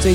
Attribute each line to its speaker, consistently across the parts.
Speaker 1: 最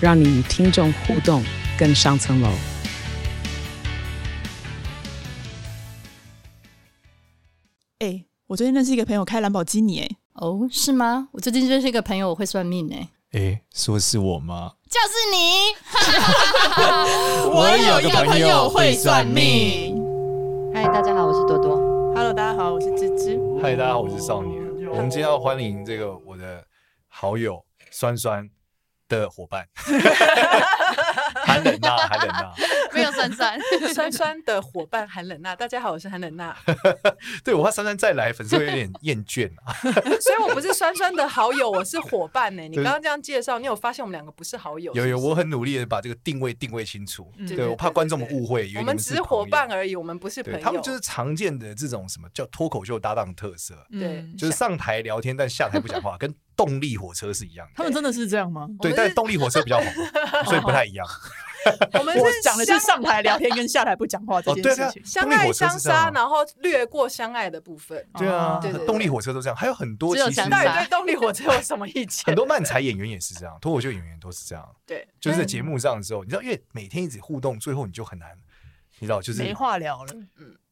Speaker 1: 让你与听众互动更上层楼。
Speaker 2: 哎、我最近认识一个朋友开兰博基尼、哎，
Speaker 3: 哦，是吗？我最近认识一个朋友，我会算命呢、
Speaker 4: 诶，说是我吗？
Speaker 3: 就是你。
Speaker 4: 我有个朋友会算命。
Speaker 5: 嗨，大家好，我是多多。
Speaker 2: Hello，大家好，我是芝芝。
Speaker 6: 嗨，大家好，我是少年。我们今天要欢迎这个我的好友酸酸的伙伴，寒冷呐，寒冷呐。
Speaker 7: 没有酸酸，
Speaker 8: 酸酸的伙伴韩冷娜，大家好，我是韩冷娜，
Speaker 6: 对我怕酸酸再来，粉丝会有点厌倦啊。
Speaker 8: 所以我不是酸酸的好友，我是伙伴呢、你
Speaker 6: 对
Speaker 8: 刚刚这样介绍，你有发现我们两个不是好友？
Speaker 6: 有有，
Speaker 8: 是不
Speaker 6: 我
Speaker 8: 是
Speaker 6: 很努力的把这个定位定位清楚，
Speaker 8: 对
Speaker 6: 对我怕观众们误会，以为
Speaker 8: 我
Speaker 6: 你
Speaker 8: 们
Speaker 6: 是
Speaker 8: 只是伙
Speaker 6: 朋友
Speaker 8: 伴而已，我们不是朋
Speaker 6: 对
Speaker 8: 友。
Speaker 6: 他们就是常见的这种什么叫脱口秀搭档的特色，
Speaker 8: 对
Speaker 2: 嗯
Speaker 6: 就是上台聊天但下台不讲话，跟动力火车是一样
Speaker 2: 他
Speaker 6: 的。
Speaker 2: 们真的是这样吗？
Speaker 6: 对，
Speaker 8: 我们
Speaker 6: 但
Speaker 8: 是哦
Speaker 6: 动力火车比较红， 所以不太一样。
Speaker 8: 我们
Speaker 2: 我
Speaker 8: 是
Speaker 2: 讲的是
Speaker 8: 相
Speaker 2: 上台聊天跟下台不讲话这
Speaker 6: 哦，对
Speaker 2: 件
Speaker 6: 对啊
Speaker 2: 事情。，
Speaker 8: 相
Speaker 6: 动力
Speaker 8: 爱
Speaker 6: 火车
Speaker 8: 相
Speaker 6: 是这样
Speaker 8: 杀，
Speaker 6: 啊
Speaker 8: 然后略过相爱的部分。
Speaker 6: 对啊
Speaker 8: 对对，对
Speaker 6: 动力火车都这样，还有很多
Speaker 7: 只有
Speaker 6: 其实
Speaker 7: 相
Speaker 8: 到底
Speaker 7: 杀
Speaker 8: 对动力火车有什么意 见？
Speaker 6: 很多漫才演员也是这样，脱口秀演员都是这样，
Speaker 8: 对，
Speaker 6: 就是在
Speaker 2: 嗯
Speaker 6: 节目上的时候，你知道，因为每天一直互动，最后你就很难，你知道，就是
Speaker 2: 没话聊了，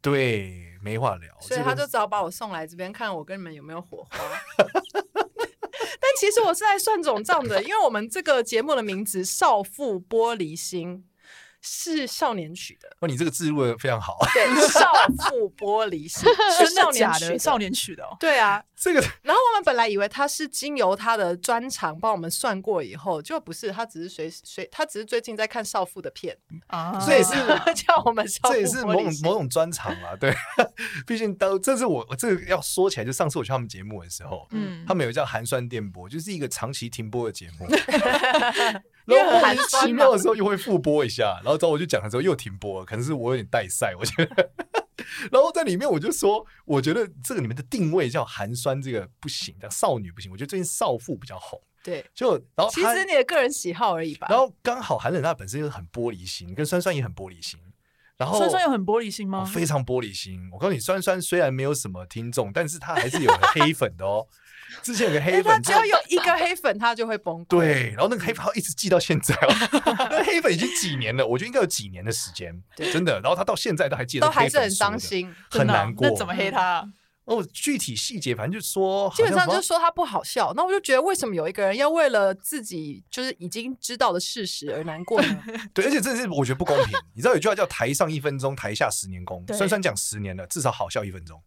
Speaker 6: 对没话聊，
Speaker 8: 所以
Speaker 6: 这
Speaker 8: 他
Speaker 6: 个
Speaker 8: 就只好把我送来这边，看我跟你们有没有火花。 但其实我是来算总账的，因为我们这个节目的名字《少妇玻璃心》是少年取的，
Speaker 6: 哦，你这个字入的非常好，
Speaker 8: 对，《少妇玻璃 心》是
Speaker 2: 真
Speaker 8: 少
Speaker 2: 的
Speaker 8: 年
Speaker 2: 假
Speaker 8: 取
Speaker 2: 的？少年曲的哦，
Speaker 8: 对啊，
Speaker 6: 这个
Speaker 8: 然后我们本来以为他是经由他的专场帮我们算过以后，就不是，他只是随随，他只是最近在看少妇的片，
Speaker 2: 啊，
Speaker 6: 这也是
Speaker 8: 叫我们少妇
Speaker 6: 这也是
Speaker 8: 玻
Speaker 6: 某种
Speaker 8: 璃心
Speaker 6: 某。种专长啦，对， 毕竟当这是我这个要说起来，就上次我去他们节目的时候，
Speaker 2: 嗯
Speaker 6: 他，们有叫寒酸电波，就是一个长期停播的节 目。
Speaker 8: 因为
Speaker 6: 然后
Speaker 8: 很
Speaker 6: 莫
Speaker 8: 寒
Speaker 6: 名
Speaker 8: 酸啊
Speaker 6: 其
Speaker 8: 嘛
Speaker 6: 妙的时候又会复播一下，然后找我去讲的时候又停播了，可能是我有点带赛，我觉得。然后在里面我就说，我觉得这个里面的定位叫寒酸，这个不行，叫少女不行。我觉得最近少妇比较红，
Speaker 8: 对，
Speaker 6: 就然后
Speaker 8: 其
Speaker 6: 她
Speaker 8: 实你的个人喜好而已吧。
Speaker 6: 然后刚好韩冷她本身就是很玻璃心，跟酸酸也很玻璃心，然后
Speaker 2: 酸酸有很玻璃心
Speaker 6: 哦
Speaker 2: 吗？
Speaker 6: 非常玻璃心。我告诉你，酸酸虽然没有什么听众，但是她还是有黑粉的哦。之前有个黑
Speaker 8: 哎，他
Speaker 6: 粉，
Speaker 8: 只要有一个黑粉，他就会崩溃。
Speaker 6: 对，然后那个黑
Speaker 8: 嗯
Speaker 6: 粉一直记到现在哦，那黑粉已经几年了，我觉得应该有几年的时间，
Speaker 8: 对
Speaker 6: 真的。然后他到现在都还记得，
Speaker 8: 都还是很伤，心。
Speaker 6: 很
Speaker 2: 真的啊
Speaker 6: 难过。
Speaker 2: 那怎么黑他啊？
Speaker 6: 哦，具体细节反正就说，
Speaker 8: 基本上
Speaker 6: 好
Speaker 8: 就
Speaker 6: 像
Speaker 8: 是说他不好笑，那我就觉得为什么有一个人要为了自己就是已经知道的事实而难过呢？
Speaker 6: 对，而且这是我觉得不公平。你知道有句话叫“台上一分钟，台下十年功”，
Speaker 2: 对
Speaker 6: 酸酸讲十年了，至少好笑一分钟，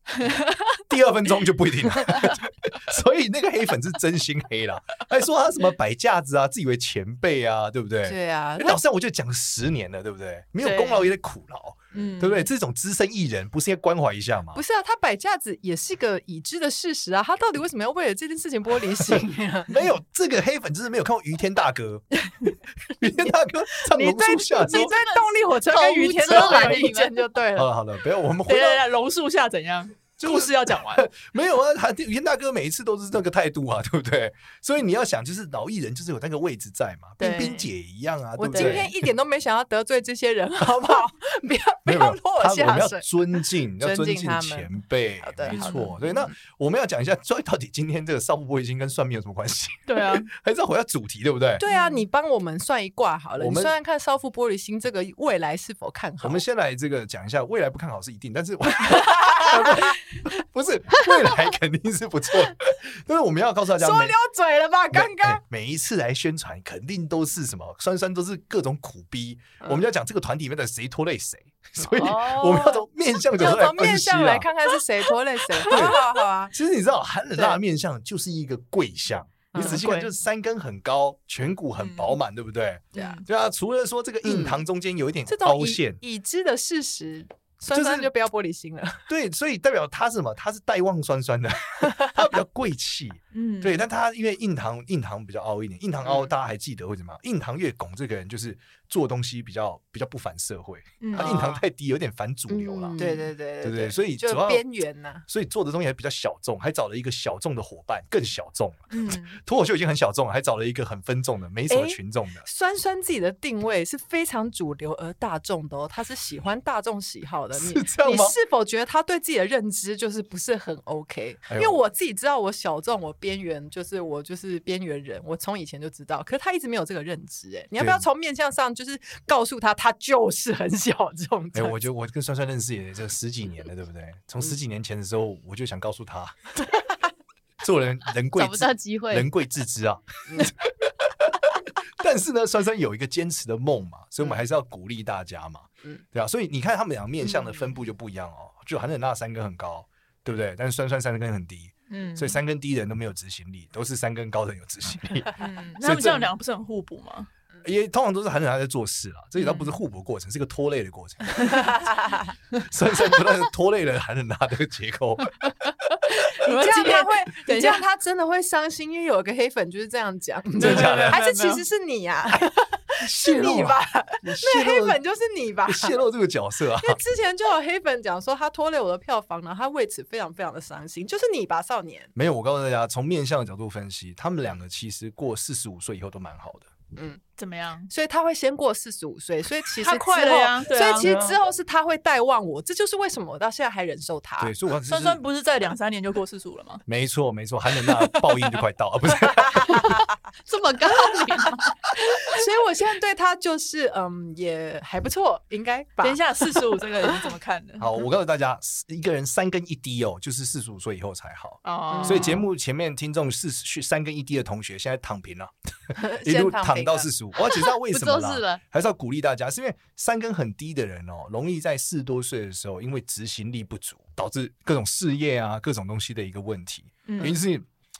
Speaker 6: 第二分钟就不一定 了。所以那个黑粉是真心黑啦，还说他什么摆架子啊，自以为前辈啊，对不对？
Speaker 8: 对啊，
Speaker 6: 老实讲，我就讲十年了，对不对？没有
Speaker 2: 对
Speaker 6: 功劳也得苦劳。
Speaker 2: 嗯
Speaker 6: 对不对？？这种资深艺人不是应该关怀一下吗？？
Speaker 8: 不是啊，他摆架子也是个已知的事实啊，他到底为什么要为了这件事情玻璃心 啊
Speaker 6: 没有这个黑粉，就是没有看过于天大 哥。于天大哥唱《
Speaker 8: 你
Speaker 6: 龙
Speaker 8: 对
Speaker 6: 珠
Speaker 8: 你
Speaker 6: 下
Speaker 8: 对
Speaker 6: 周》
Speaker 8: 动力火车跟于天
Speaker 7: 毫无遮
Speaker 8: 大
Speaker 7: 拦
Speaker 8: 的
Speaker 7: 的
Speaker 8: 意见就对
Speaker 6: 好
Speaker 8: 了。
Speaker 6: 了好了，不要，我们回
Speaker 2: 等一下等一
Speaker 6: 到
Speaker 2: 下，榕树下怎样？
Speaker 6: 就
Speaker 2: 故事要 讲完，
Speaker 6: 没有啊，他于天大哥每一次都是那个态度啊，对不对？所以你要想，就是老艺人就是有那个位置在嘛，
Speaker 2: 对
Speaker 6: 冰冰姐也一样啊，
Speaker 8: 我
Speaker 6: 对不
Speaker 8: 今天
Speaker 6: 对？
Speaker 8: 一点都没想要得罪这些人，好不好？不要不
Speaker 6: 没有没有，
Speaker 8: 要落我
Speaker 6: 他我们
Speaker 8: 下
Speaker 6: 要
Speaker 8: 水。
Speaker 6: 尊敬，要
Speaker 8: 尊
Speaker 6: 尊
Speaker 8: 敬
Speaker 6: 敬
Speaker 8: 他们
Speaker 6: 前辈
Speaker 8: 好，的嗯
Speaker 6: 没
Speaker 8: 好
Speaker 6: 错。对，那我们要讲一下，到到底今天这个少妇玻璃心跟算命有什么关系？
Speaker 2: 对啊，
Speaker 6: 还是要回到主题，对不对？
Speaker 8: 对啊，你帮我们算一卦好了，
Speaker 6: 我
Speaker 8: 你
Speaker 6: 们
Speaker 8: 算算看少妇玻璃心这个未来是否看好？
Speaker 6: 我们先来这个讲一下，未来不看好是一定，但是我 不是未来肯定是不错的，但是我们要告诉大家，
Speaker 8: 说
Speaker 6: 每
Speaker 8: 溜嘴了吧，刚
Speaker 6: 每
Speaker 8: 刚
Speaker 6: 哎。每一次来宣传，肯定都是什么酸酸都是各种苦逼，我们要讲这个团体里面的谁拖累谁，所以
Speaker 8: 嗯哦
Speaker 6: 我们要从面相角
Speaker 8: 要
Speaker 6: 度来
Speaker 8: 从
Speaker 6: 分
Speaker 8: 面
Speaker 6: 析
Speaker 8: 相来
Speaker 6: 啦。
Speaker 8: 看看是 谁拖累谁。好
Speaker 6: 嗯
Speaker 8: 好好啊，
Speaker 6: 其实你知道，韩冷辣面相就是一个贵相，你
Speaker 8: 嗯
Speaker 6: 仔细看
Speaker 2: 贵
Speaker 6: 就是三根很高，颧骨很饱满，对不对？
Speaker 8: 对啊，
Speaker 6: 对啊，除了说这个印堂中间有一点
Speaker 8: 这种
Speaker 6: 凹
Speaker 8: 已
Speaker 6: 陷，
Speaker 8: 已知的事实酸
Speaker 6: 就
Speaker 8: 酸
Speaker 6: 是
Speaker 8: 就不要玻璃心了。
Speaker 6: 对，所以代表他是什么？他是带旺酸酸的，他比较贵气。
Speaker 2: 嗯，
Speaker 6: 对，但他因为硬糖硬糖比较凹一点，硬糖凹
Speaker 8: 嗯
Speaker 6: 大家还记得会怎么样？硬糖越拱，这个人就是做东西比较比较不反社会，
Speaker 2: 嗯
Speaker 6: 他
Speaker 8: 啊
Speaker 6: 硬糖太低有点反主流啦。
Speaker 5: 嗯
Speaker 8: 对对对
Speaker 6: 对对所以
Speaker 8: 就
Speaker 6: 主要
Speaker 8: 边缘呐。
Speaker 6: 所以做的东西还比较小众，还找了一个小众的伙伴，更小众了。
Speaker 8: 嗯，
Speaker 6: 脱口秀已经很小众了，还找了一个很分众的，没什么
Speaker 8: 诶
Speaker 6: 群众的。
Speaker 8: 酸酸自己的定位是非常主流而大众的哦，他是喜欢大众喜 好的。你
Speaker 6: 是这样
Speaker 8: 你
Speaker 6: 吗
Speaker 8: 是否觉得他对自己的认知就是不是很 OK？、
Speaker 6: 哎呦
Speaker 8: 因为我自己知道我小众，我边缘，就是我就是边缘人，我从以前就知道，可是他一直没有这个认知。哎，你要不要
Speaker 6: 对
Speaker 8: 从面相上就是告诉他，他就是很小众？
Speaker 6: 哎、我觉得我跟酸酸认识也这十几年了，对不对？从十几年前的时候，我就想告诉他，做人人贵
Speaker 5: 找不
Speaker 6: 自
Speaker 5: 到机会
Speaker 6: 人贵自知啊。 但是呢，酸酸有一个坚持的梦嘛，所以我们还是要鼓励大家嘛，
Speaker 8: 嗯
Speaker 6: 对啊。所以你看他们两个面相的分布就不一样哦，就韩冷娜三根很高，对不对？但是酸酸三根很低，
Speaker 2: 嗯
Speaker 6: 所以三根低的人都没有执行力，都是三根高的人有执行力。
Speaker 2: 嗯，
Speaker 6: 所
Speaker 2: 那
Speaker 6: 以
Speaker 2: 他们
Speaker 6: 这
Speaker 2: 这样两个不是很互补吗？
Speaker 6: 也通常都是韩冷他在做事啦，这也倒不是互补过程，是个拖累的过程。酸酸不但是拖累了韩冷他的结构，
Speaker 2: 你
Speaker 8: 这样他会，
Speaker 2: 等
Speaker 8: 你
Speaker 2: 一
Speaker 8: 这
Speaker 2: 下
Speaker 8: 样他真的会伤心，因为有一个黑粉就是这样讲，
Speaker 6: 真的假的
Speaker 8: 还是其实是你呀、
Speaker 6: 泄
Speaker 8: 是
Speaker 6: 露啊
Speaker 8: 你
Speaker 6: 了
Speaker 8: 吧，
Speaker 6: 你
Speaker 8: 那
Speaker 6: 泄
Speaker 8: 个黑
Speaker 6: 露
Speaker 8: 粉就是你吧
Speaker 6: 你。泄露这个角色啊！
Speaker 8: 因为之前就有黑粉讲说他拖累我的票房，然后他为此非常非常的伤心，就是你吧，少年。
Speaker 6: 没有，我告诉大家，从面相的角度分析，他们两个其实过四十五岁以后都蛮好的。
Speaker 2: 怎么样？
Speaker 8: 所以他会先过四十五岁，所以其实
Speaker 2: 他快
Speaker 8: 之
Speaker 2: 了
Speaker 8: 后
Speaker 2: 呀对啊
Speaker 8: 所以其实之后是他会带旺我，这就是为什么我到现在还忍受他。
Speaker 6: 对，所以我只
Speaker 2: 酸
Speaker 6: 是
Speaker 2: 酸不是在两三年就过四十五了吗？
Speaker 6: 没错没错，韩冷娜报应就快到啊，不是？
Speaker 5: 这么高明吗？
Speaker 2: 啊
Speaker 8: 所以我现在对他就是嗯，也还不错，应该吧。
Speaker 2: 等一，下，四十五这个你怎么看的？
Speaker 6: 好，我告诉大家，一个人三根一滴哦，就是四十五岁以后才好。
Speaker 2: 哦，
Speaker 6: 所以节目前面听众四十三跟一滴的同学，现在躺平了，一
Speaker 8: 先
Speaker 6: 路
Speaker 8: 躺
Speaker 6: 躺
Speaker 8: 平
Speaker 6: 到
Speaker 8: 了
Speaker 6: 四十五。我要解释为什么
Speaker 5: 不做事
Speaker 6: 啦
Speaker 5: 了，
Speaker 6: 还是要鼓励大家，是因为三根很低的人哦，容易在四十多岁的时候，因为执行力不足，导致各种事业啊、各种东西的一个问题。
Speaker 2: 嗯
Speaker 6: 原因是你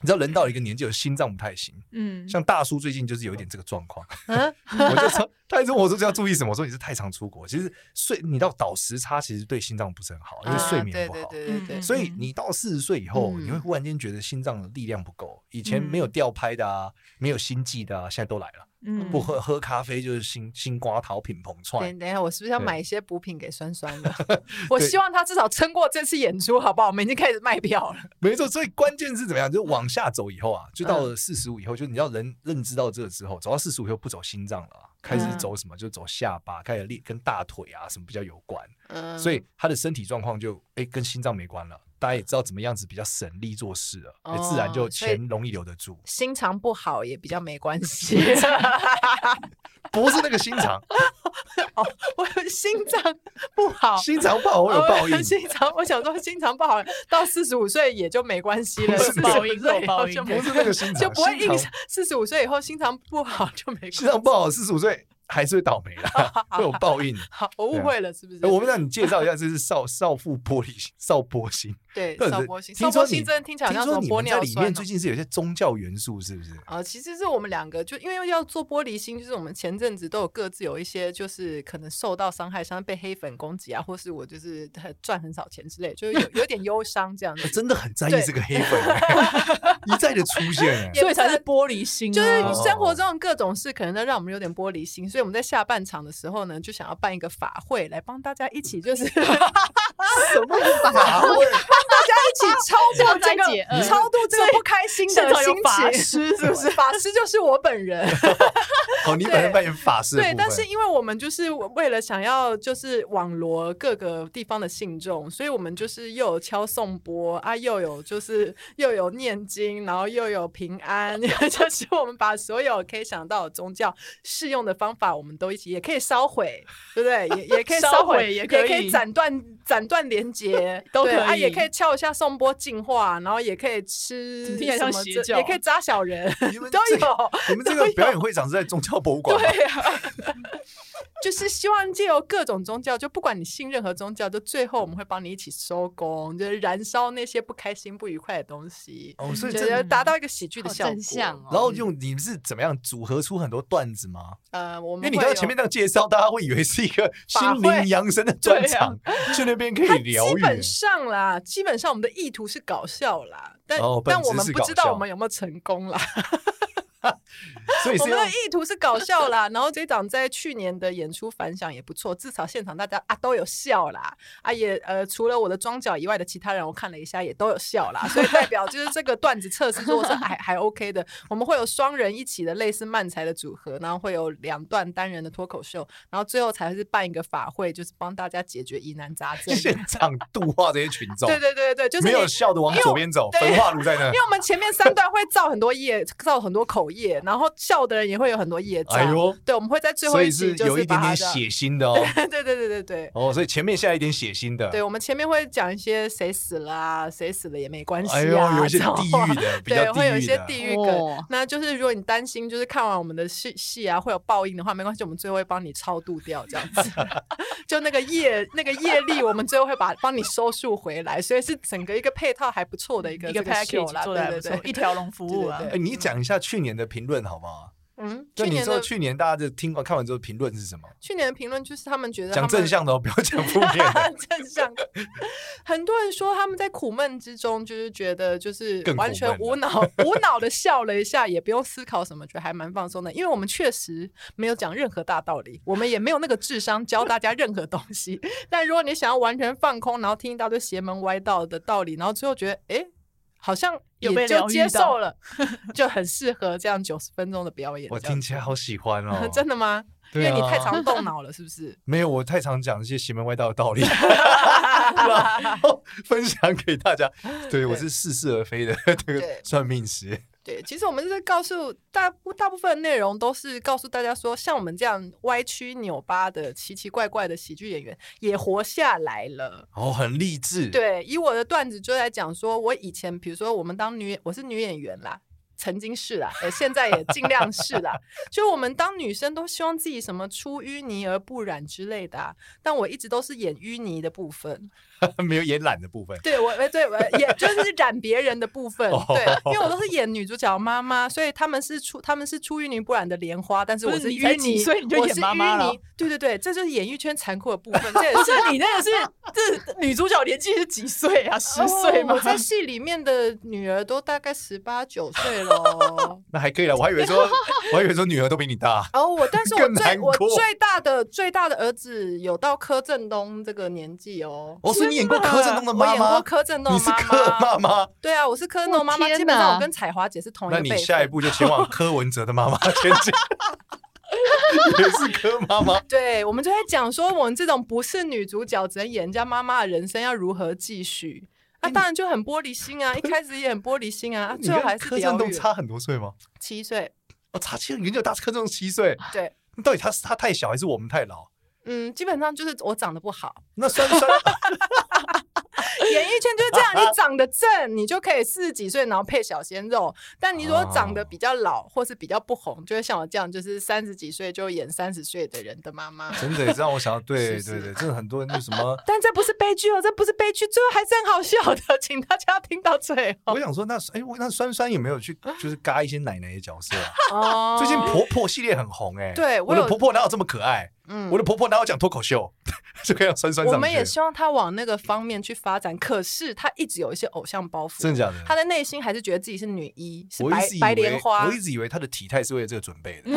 Speaker 6: 知道，人到一个年纪，有心脏不太行。
Speaker 2: 嗯，
Speaker 6: 像大叔最近就是有一点这个状况，
Speaker 8: 嗯，
Speaker 6: 我就说，他一直问我说这要注意什么？我说你是太常出国，其实睡你到倒时差，其实对心脏不是很好，因为睡眠不好。
Speaker 8: 啊
Speaker 2: 嗯
Speaker 8: 对对对对对，
Speaker 6: 所以你到四十岁以后，
Speaker 8: 嗯
Speaker 6: 你会忽然间觉得心脏的力量不够，以前没有吊拍的啊，没有心悸的啊，现在都来了。
Speaker 2: 嗯
Speaker 6: 不喝喝咖啡就是心心瓜桃品捧串
Speaker 8: 等，等一下，我是不是要
Speaker 6: 对
Speaker 8: 买一些补品给酸酸 的？我希望他至少撑过这次演出，好不好？我们已经开始卖票了。
Speaker 6: 没错。所以关键是怎么样？就是往下走以后
Speaker 8: 嗯
Speaker 6: 啊，就到了四十五以后，就你要人认知到这之后，走到四十五以后不走心脏了啊、
Speaker 8: 嗯
Speaker 6: 开始走什么？就走下巴，开始练跟大腿啊什么比较有关。
Speaker 8: 嗯
Speaker 6: 所以他的身体状况就哎、跟心脏没关了。大家也知道怎么样子比较省力做事了，哎自然就
Speaker 8: 哦所以
Speaker 6: 钱容易留得住。
Speaker 8: 心肠不好也比较没关 系。
Speaker 6: 不是那个心肠，
Speaker 8: 哦，我心脏不 好，
Speaker 6: 心肠不好会有报应
Speaker 8: 哦。 心肠，我想说心肠不好到四十五岁也就没关系了，
Speaker 6: 不是
Speaker 2: 报应
Speaker 8: 45岁以后
Speaker 2: 报应
Speaker 8: 就
Speaker 6: 不
Speaker 8: 没
Speaker 6: 是那个心肠，
Speaker 8: 就不会
Speaker 6: 啊心
Speaker 8: 硬
Speaker 6: 肠。
Speaker 8: 四十五岁以后心肠不好就没关系
Speaker 6: 心。肠不好，四十五岁还是会倒霉 啦，会有报应。
Speaker 8: 好，我误会了，是不是？
Speaker 6: 哎我们让你介绍一下，这是少 少妇玻璃心少波心。
Speaker 8: 对
Speaker 6: 到底
Speaker 8: 少
Speaker 6: 是
Speaker 8: 波心，
Speaker 6: 听
Speaker 8: 少
Speaker 6: 说
Speaker 8: 波
Speaker 6: 你
Speaker 8: 心真的听起来好像
Speaker 6: 听
Speaker 8: 什
Speaker 6: 说
Speaker 8: 么
Speaker 6: 你
Speaker 8: 玻
Speaker 6: 们在
Speaker 8: 尿
Speaker 6: 里
Speaker 8: 酸
Speaker 6: 面
Speaker 8: 哦。
Speaker 6: 最近是有一些宗教元素，是不 哦是？
Speaker 8: 啊、其实是我们两个，就因为要做玻璃心，就是我们前阵子都有各自有一些，就是可能受到伤害，像被黑粉攻击啊，或是我就是呃赚很少钱之类，就是有有点忧伤这样 子
Speaker 6: 哎。真的很在意
Speaker 8: 对
Speaker 6: 这个黑粉，哎 一再的出现。哎
Speaker 2: 所以才是玻璃心啊，
Speaker 8: 就是生活中的各种事，可能都让我们有点玻璃心，所以我们在下半场的时候呢，就想要办一个法会来帮大家一起，就是大家
Speaker 5: 什么法？
Speaker 8: 一起超
Speaker 5: 消
Speaker 8: 度
Speaker 5: 灾
Speaker 8: 这
Speaker 5: 解
Speaker 8: 个
Speaker 5: 厄
Speaker 8: 超度这个不开心
Speaker 2: 嗯现
Speaker 8: 的
Speaker 2: 场有法
Speaker 8: 心情。
Speaker 2: 师是
Speaker 8: 是
Speaker 2: 不
Speaker 8: 不
Speaker 2: 是？
Speaker 8: 是法师就是我本人？
Speaker 6: 哦，你本人扮演法师的
Speaker 8: 对，
Speaker 6: 部
Speaker 8: 但
Speaker 6: 分
Speaker 8: 是因为我们就是为了想要就是网罗各个地方的信众，所以我们就是又有敲颂钵啊，又有就是又有念经，然后又有平安， 就是我们把所有可以想到的宗教适用的方法，我们都一起，也可以烧毁，对不对？也也可以
Speaker 2: 烧
Speaker 8: 烧
Speaker 2: 毁
Speaker 8: 毁，
Speaker 2: 也
Speaker 8: 也
Speaker 2: 可以
Speaker 8: 斩断斩断连接，
Speaker 2: 都
Speaker 8: 对
Speaker 2: 可
Speaker 8: 啊，也
Speaker 2: 以
Speaker 8: 可以敲一下颂钵净化，然后也可以吃
Speaker 2: 怎么听起来
Speaker 8: 什
Speaker 2: 像
Speaker 8: 么
Speaker 2: 邪
Speaker 8: 这
Speaker 2: 教
Speaker 8: 也可以扎小人
Speaker 6: 你们，
Speaker 8: 都
Speaker 6: 这
Speaker 8: 有。
Speaker 6: 你们这个表演会场是在宗教博物馆吗，
Speaker 8: 对啊，就是希望借由各种宗教，就不管你信任何宗教，就最后我们会帮你一起收工，就是燃烧那些不开心、不愉快的东西，
Speaker 6: 哦，所以
Speaker 8: 觉
Speaker 6: 这。
Speaker 8: 得嗯达到一个喜剧的
Speaker 4: 好
Speaker 8: 效果。
Speaker 4: 正向哦。
Speaker 6: 然后用你们是怎么样组合出很多段子吗？
Speaker 8: 呃，我
Speaker 6: 因
Speaker 8: 们
Speaker 6: 为你
Speaker 8: 会
Speaker 6: 刚刚
Speaker 8: 有
Speaker 6: 前面那样介绍，大家会以为是一个心
Speaker 8: 法
Speaker 6: 灵
Speaker 8: 会
Speaker 6: 扬声的专
Speaker 8: 对啊
Speaker 6: 场，去那边可
Speaker 8: 它
Speaker 6: 以疗
Speaker 8: 基
Speaker 6: 愈。
Speaker 8: 本上啦，基本上我们的意图是搞笑啦，但、
Speaker 6: 哦本
Speaker 8: 但我
Speaker 6: 质
Speaker 8: 们
Speaker 6: 是
Speaker 8: 不
Speaker 6: 搞
Speaker 8: 知道
Speaker 6: 笑
Speaker 8: 我们有没有成功啦。
Speaker 6: 所以
Speaker 8: 我
Speaker 6: 是
Speaker 8: 们
Speaker 6: 要
Speaker 8: 的意图是搞笑啦， 然后这一档在去年的演出反响也不错，至少现场大家啊都有笑啦，啊也呃除了我的装脚以外的其他人，我看了一下也都有笑 啦，所以代表就是这个段子测试做是 还还 OK 的。我们会有双人一起的类似漫才的组合，然后会有两段单人的脱口秀，然后最后才是办一个法会，就是帮大家解决疑难杂症。
Speaker 6: 现场度化这些群众，
Speaker 8: 对对对对，就是
Speaker 6: 没有
Speaker 8: 你
Speaker 6: 笑的往左边走，
Speaker 8: 因为
Speaker 6: 焚化炉在那
Speaker 8: 因。为我们前面三段会造很多业，造很多口业，然后笑的人也会有很多业障。
Speaker 6: 哎呦，
Speaker 8: 对，我们会在最后
Speaker 6: 所以
Speaker 8: 集
Speaker 6: 是
Speaker 8: 就
Speaker 6: 有一
Speaker 8: 把
Speaker 6: 点点
Speaker 8: 它的
Speaker 6: 血腥的哦。
Speaker 8: 对对对对对对。
Speaker 6: 哦，所以前面下一点血腥的，
Speaker 8: 对，我们前面会讲一些谁死了啊，谁死了也没关系
Speaker 6: 哎呦，
Speaker 8: 啊，
Speaker 6: 有一些
Speaker 8: 这种
Speaker 6: 地
Speaker 8: 话
Speaker 6: 狱的，比较地狱
Speaker 8: 对，
Speaker 6: 的，啊
Speaker 8: 会有一些地狱梗。
Speaker 4: 哦
Speaker 8: 那就是如果你担心，就是看完我们的戏戏啊会有报应的话，没关系，我们最后会帮你超度掉这样子。 就那个业那个业力，我们最后会把帮你收束回来，所以是整个一个配套还不错的一个
Speaker 2: 一个
Speaker 8: 这秀啦，
Speaker 2: package 做的还
Speaker 8: 对
Speaker 2: 不
Speaker 8: 对
Speaker 2: 错，
Speaker 8: 对，
Speaker 2: 一条龙服务啊
Speaker 8: 对对。
Speaker 6: 哎，你讲一下去年的评论好不好？
Speaker 8: 嗯，
Speaker 6: 就
Speaker 8: 去
Speaker 6: 你
Speaker 8: 年
Speaker 6: 说
Speaker 8: 的
Speaker 6: 去年大家就听完看完之后评论是什么？
Speaker 8: 去年的评论就是他们觉得他
Speaker 6: 讲
Speaker 8: 们
Speaker 6: 正向的 哦，不要讲负面的。
Speaker 8: 正向的。很多人说他们在苦闷之中，就是觉得就是
Speaker 6: 更苦
Speaker 8: 完全
Speaker 6: 闷
Speaker 8: 无 脑无脑的笑了一下，也不用思考什么，觉得还蛮放松的。因为我们确实没有讲任何大道 理，我们也没有那个智商教大家任何东西。 但如果你想要完全放空，然后听一大堆邪门歪道的道理，然后最后觉得诶好像
Speaker 2: 有
Speaker 8: 也
Speaker 2: 被
Speaker 8: 就
Speaker 2: 疗愈
Speaker 8: 接
Speaker 2: 到
Speaker 8: 受了， 就很适合这样九十分钟的表演。
Speaker 6: 我
Speaker 8: 这样
Speaker 6: 听起来好喜欢哦
Speaker 8: ，真的吗？因
Speaker 6: 对
Speaker 8: 为你
Speaker 6: 啊
Speaker 8: 太常动脑了，是 不是？
Speaker 6: 没有，我太常讲一些邪门歪道的 道理，然后分享给大家。对我是似是而非的 这个
Speaker 8: 对
Speaker 6: 算命师，
Speaker 8: 对，其实我们是告诉大部大部分内容都是告诉大家说，像我们这样歪曲扭巴的、奇奇怪怪的喜剧演员也活下来了。
Speaker 6: 然后哦很励志。，
Speaker 8: 对，以我的段子就在讲说，我以前比如说我们当女，我是女演员啦。曾经是啦，呃，现在也尽量是啦。就我们当女生都希望自己什么出淤泥而不染之类的、啊，但我一直都是演淤泥的部分，
Speaker 6: 没有演懒的部分。
Speaker 8: 对我，呃对我也就是染别人的部分
Speaker 6: 哦，
Speaker 8: 对，因为我都是演女主角妈妈，所以他们是出他们是出淤泥不染的莲花，但是
Speaker 2: 不
Speaker 8: 我
Speaker 2: 是你才
Speaker 8: 淤
Speaker 2: 几
Speaker 8: 泥，
Speaker 2: 岁你就
Speaker 8: 我
Speaker 2: 演
Speaker 8: 是
Speaker 2: 妈妈
Speaker 8: 淤
Speaker 2: 了
Speaker 8: 泥，对对对，这就是演艺圈残酷的部 分，这也
Speaker 2: 不
Speaker 8: 是。
Speaker 2: 是你那个是这女主角年纪是几岁啊？十岁
Speaker 8: 哦
Speaker 2: 吗
Speaker 8: 我？在戏里面的女儿都大概十八九岁 了哦。
Speaker 6: 那还可以了，我还以为 说，我还以为说女儿都比你大。
Speaker 8: 然后我，但是我
Speaker 6: 更
Speaker 8: 最
Speaker 6: 难
Speaker 8: 我
Speaker 6: 过
Speaker 8: 最大的最大的儿子有到柯震东这个年纪哦。
Speaker 6: 哦，所以你演过柯震东的
Speaker 8: 我
Speaker 6: 妈
Speaker 8: 演过
Speaker 6: 妈，
Speaker 8: 柯震东
Speaker 6: 你
Speaker 8: 的
Speaker 6: 是
Speaker 8: 妈
Speaker 6: 柯妈妈，
Speaker 8: 对啊，我是柯震东的妈妈，
Speaker 4: 我天
Speaker 8: 基本上
Speaker 4: 哪
Speaker 8: 我跟彩华姐是同一
Speaker 6: 那
Speaker 8: 个辈
Speaker 6: 你
Speaker 8: 分。
Speaker 6: 下一步就前往柯文哲的妈妈前 进，也是柯妈妈。
Speaker 8: 对，我们就在讲说，我们这种不是女主角，只能演人家妈妈的人生要如何继续。
Speaker 6: 哎
Speaker 8: 那、当然就很玻璃心啊，一开始也很玻璃心啊， 啊
Speaker 6: 你
Speaker 8: 最后还
Speaker 6: 跟
Speaker 8: 是
Speaker 6: 柯
Speaker 8: 疗
Speaker 6: 震东
Speaker 8: 愈了。
Speaker 6: 差很多岁吗？
Speaker 8: 七岁，
Speaker 6: 哦，差七，你就大柯震东七岁。
Speaker 8: 对，
Speaker 6: 那到底他是他太小还是我们太老？
Speaker 8: 嗯，基本上就是我长得不好，
Speaker 6: 那 酸酸
Speaker 8: 演艺圈就是这样， 你长得正，你就可以四十几岁然后配小鲜肉；但你如果长
Speaker 6: 哦
Speaker 8: 得比较老或是比较不红，就会像我这样，就是三十几岁就演三十岁的人的妈妈。
Speaker 6: 真的也是让我想到，对
Speaker 8: 是是，
Speaker 6: 对对，真的很多人就什么
Speaker 8: 但这不是悲剧哦，这不是悲剧，最后还是很好笑的， 请大家听到最后
Speaker 6: 我。想说那哎，我那酸酸有没有去 就是嘎一些奶奶的角色啊？
Speaker 8: 哦
Speaker 6: 最近婆婆系列很红哎，
Speaker 8: 对
Speaker 6: 我
Speaker 8: 我
Speaker 6: 的
Speaker 8: 有
Speaker 6: 婆婆哪有这么可爱？
Speaker 8: 嗯
Speaker 6: 我的婆婆哪有讲脱口秀， 就可以让酸酸上
Speaker 8: 我
Speaker 6: 去。
Speaker 8: 们也希望他往那个方面去发展，可是他一直有一些偶像包袱，
Speaker 6: 真的假的？
Speaker 8: 他的内心还是觉得自己是女一，是
Speaker 6: 我一
Speaker 8: 白
Speaker 6: 直以
Speaker 8: 白
Speaker 6: 为
Speaker 8: 莲花
Speaker 6: 我。一直以为她的体态是为了这个准备 的，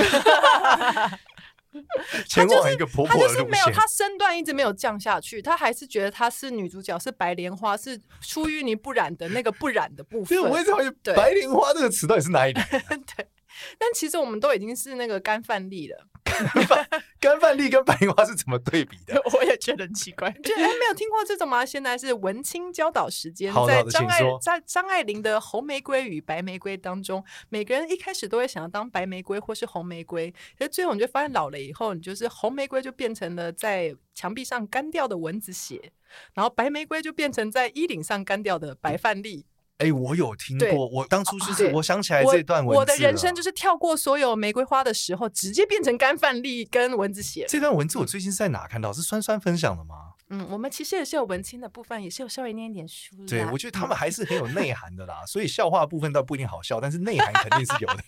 Speaker 6: 前往一个婆
Speaker 8: 他
Speaker 6: 婆
Speaker 8: 就
Speaker 6: 的
Speaker 8: 是
Speaker 6: 路
Speaker 8: 没有，
Speaker 6: 线。
Speaker 8: 他身段一直没有降下去，他还是觉得她是女主角，是白莲花，是出淤泥不染的那个不染的部
Speaker 6: 所
Speaker 8: 分
Speaker 6: 以。我一直怀疑“
Speaker 8: 对
Speaker 6: 白莲花”这个词到底是哪里来的？
Speaker 8: 但其实我们都已经是那个干饭粒了，
Speaker 6: 干饭粒跟白莲花是怎么对比 的？
Speaker 2: 我也觉得很奇 怪。
Speaker 8: 就哎没有听过这种吗？现在是文青教导时间
Speaker 6: 好，的
Speaker 8: 在
Speaker 6: 好的
Speaker 8: 张
Speaker 6: 请
Speaker 8: 爱
Speaker 6: 说
Speaker 8: 在张爱玲的《红玫瑰与白玫瑰》当中，每个人一开始都会想要当白玫瑰或是红玫瑰，可是最后你就发现老了以后，你就是红玫瑰就变成了在墙壁上干掉的蚊子血，然后白玫瑰就变成在衣领上干掉的白饭粒。
Speaker 6: 哎、我有听
Speaker 8: 对
Speaker 6: 过，我当初就是
Speaker 5: 对
Speaker 6: 我想起来
Speaker 8: 我
Speaker 6: 这段文字啊
Speaker 8: 我的人生
Speaker 6: 了
Speaker 8: 就是跳过所有玫瑰花的时候，直接变成干饭粒跟蚊子血。
Speaker 6: 这段文字，我最近是在哪看到？是酸酸分享的吗？
Speaker 8: 嗯，我们其实也是有文青的部分，也是有稍微念一点书啦。
Speaker 6: 对，我觉得他们还是很有内涵的啦。所以笑话部分倒不一定好笑，但是内涵肯定是有的。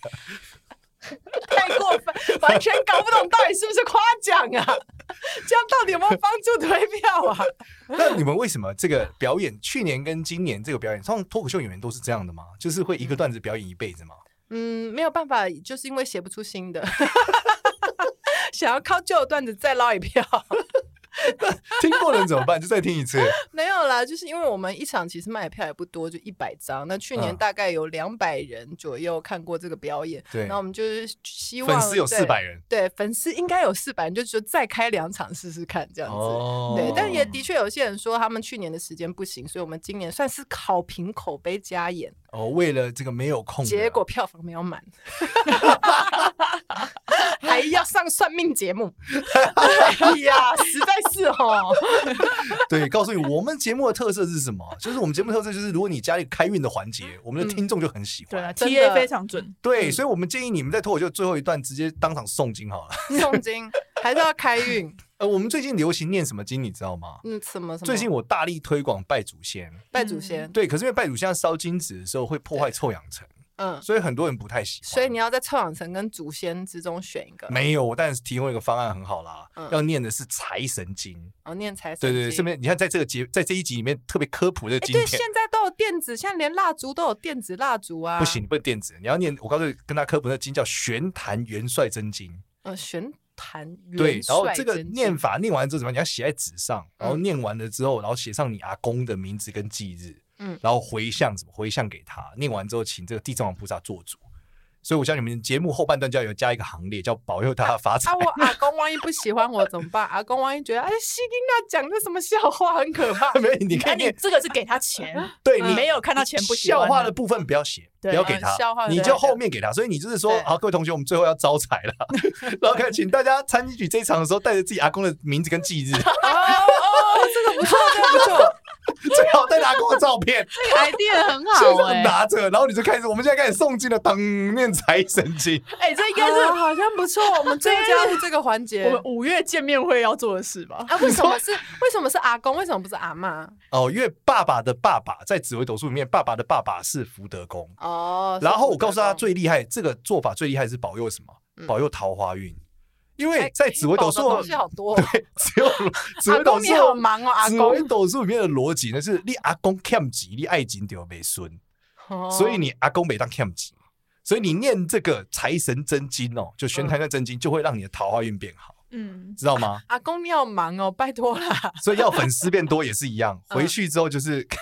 Speaker 8: 太过分，完全搞不懂到底是不是夸奖 啊？这样到底有没有帮助推票啊？
Speaker 6: 那你们为什么这个表演，去年跟今年这个表演，像脱口秀演员都是这样的吗？就是会一个段子表演一辈子 吗？
Speaker 8: 嗯，没有办法，就是因为写不出新的， 想要靠旧的段子再捞一票。
Speaker 6: 听过的人怎么办？就再听一次。
Speaker 8: 没有啦，就是因为我们一场其实卖的票也不多，就一百张。那去年
Speaker 6: 嗯
Speaker 8: 大概有两百人左右看过这个表演，
Speaker 6: 对
Speaker 8: 那我们就是希望
Speaker 6: 粉丝有
Speaker 8: 对
Speaker 6: 四百人
Speaker 8: 对，粉丝应该有四百，就说再开两场试试看这样子。对，但也的确有些人说他们去年的时间不行，所以我们今年算是考评口碑加演，
Speaker 6: 哦，为了这个没有空的，
Speaker 8: 结果票房没有 满，还要上算命节目，哎呀，实在是 哦，
Speaker 6: 对，告诉你我们节目的特色是什么？ 就是我们节目特色就是，如果你加入开运的环节，我们的
Speaker 8: 嗯
Speaker 6: 听众就很喜
Speaker 2: 对
Speaker 6: 欢。
Speaker 2: 啊
Speaker 8: 真的
Speaker 2: ，TA 非常准，
Speaker 6: 对，所以我们建议你们在脱口秀最后一段直接当场诵经好了。
Speaker 8: 诵经还是要开运，
Speaker 6: 呃，我们最近流行念什么经，你知道吗？
Speaker 8: 嗯，什么什么，
Speaker 6: 最近我大力推广拜祖先，
Speaker 8: 拜祖先，
Speaker 6: 对，可是因为拜祖先要烧金纸的时候会破坏臭氧层，
Speaker 8: 嗯，
Speaker 6: 所以很多人不太喜欢。
Speaker 8: 所以你要在臭氧层跟祖先之中选一个，
Speaker 6: 没有，我但是提供一个方案很好啦，
Speaker 8: 嗯
Speaker 6: 要念的是财神经。
Speaker 8: 哦，念财神
Speaker 6: 对对对，
Speaker 8: 经
Speaker 6: 顺便你看，在这个节在这一集里面特别科普的
Speaker 8: 哎
Speaker 6: 经
Speaker 8: 对，
Speaker 6: 典，
Speaker 8: 现在都有电子，现在连蜡烛都有电子蜡烛啊，
Speaker 6: 不行，，你不能电子，你要念。我告诉你，跟他科普那经叫玄坛元帅真经。
Speaker 8: 呃，玄坛元
Speaker 6: 对，然后
Speaker 8: 帅
Speaker 6: 这个
Speaker 8: 真
Speaker 6: 念
Speaker 8: 经
Speaker 6: 法念完之后怎么样？你要写在纸上，然后
Speaker 8: 嗯
Speaker 6: 念完了之后，然后写上你阿公的名字跟忌日，
Speaker 8: 嗯
Speaker 6: 然后回向什么回向给他。念完之后，请这个地藏王菩萨做主。所以我叫你们节目后半段就要有加一个行列，叫保佑他发财，
Speaker 8: 啊，。我阿公万一不喜欢我怎么办？阿公万一觉得哎，西丁娜讲的什么笑话很可怕
Speaker 6: 没有，你
Speaker 2: 那
Speaker 6: 可以
Speaker 2: 哎你
Speaker 6: 念，
Speaker 2: 这个是给他钱，
Speaker 6: 对
Speaker 2: 你
Speaker 6: 你
Speaker 2: 没有看到钱不喜
Speaker 6: 笑
Speaker 2: 欢
Speaker 6: 话
Speaker 2: 他
Speaker 6: 的部分不要写，不
Speaker 2: 对
Speaker 6: 要给
Speaker 8: 嗯
Speaker 6: 他，
Speaker 8: 笑话
Speaker 6: 你
Speaker 8: 对
Speaker 6: 就
Speaker 8: 对
Speaker 6: 后面给他。所以你就是说，
Speaker 8: 对
Speaker 6: 好，各位同学，我们最后要招财了。 然后，请大家参与这一场的时候，带着自己阿公的名字跟忌日，
Speaker 8: 哦 哦，哦这个不错，这个不 错，
Speaker 6: 最好带着阿公的照片。
Speaker 5: 这个 idea 很
Speaker 6: 就
Speaker 5: 好
Speaker 6: 这样
Speaker 8: 欸
Speaker 6: 啊
Speaker 5: 哎、
Speaker 6: 拿着，然后你就开始，我们现在开始诵经了，当念财神经。
Speaker 2: 哎，这应该是
Speaker 8: 啊好像不错，我们最后加入这个环节
Speaker 2: 我。们五月见面会要做的事吧？
Speaker 8: 啊，为什么是为什么是阿公？为什么不是阿妈？
Speaker 6: 哦，因为爸爸的爸爸在紫微斗数里面，爸爸的爸爸是福德宫。
Speaker 8: 哦，
Speaker 6: 然后
Speaker 8: 是
Speaker 6: 我告诉他
Speaker 8: 福德
Speaker 6: 最厉害，这个做法最厉害是保佑什么？
Speaker 8: 嗯
Speaker 6: 保佑桃花运。因
Speaker 8: 宫
Speaker 6: 为在紫微斗
Speaker 8: 哎宝
Speaker 6: 数
Speaker 8: 的东，西好多哦，
Speaker 6: 对，只有紫
Speaker 8: 阿
Speaker 6: 微斗
Speaker 8: 公你
Speaker 6: 数，
Speaker 8: 好忙哦，阿
Speaker 6: 紫微
Speaker 8: 公。
Speaker 6: 斗数里面的逻辑呢是，你阿公欠钱，你爱情就没孙，
Speaker 8: 哦
Speaker 6: 所以你阿公没当欠钱，所以你念这个财神真经哦，就玄坛的真经，就会让你的桃花运变好，
Speaker 2: 嗯，
Speaker 6: 知道吗？
Speaker 8: 阿公你好忙哦，拜托啦，
Speaker 6: 所以要粉丝变多也是一样，
Speaker 8: 嗯
Speaker 6: 回去之后就是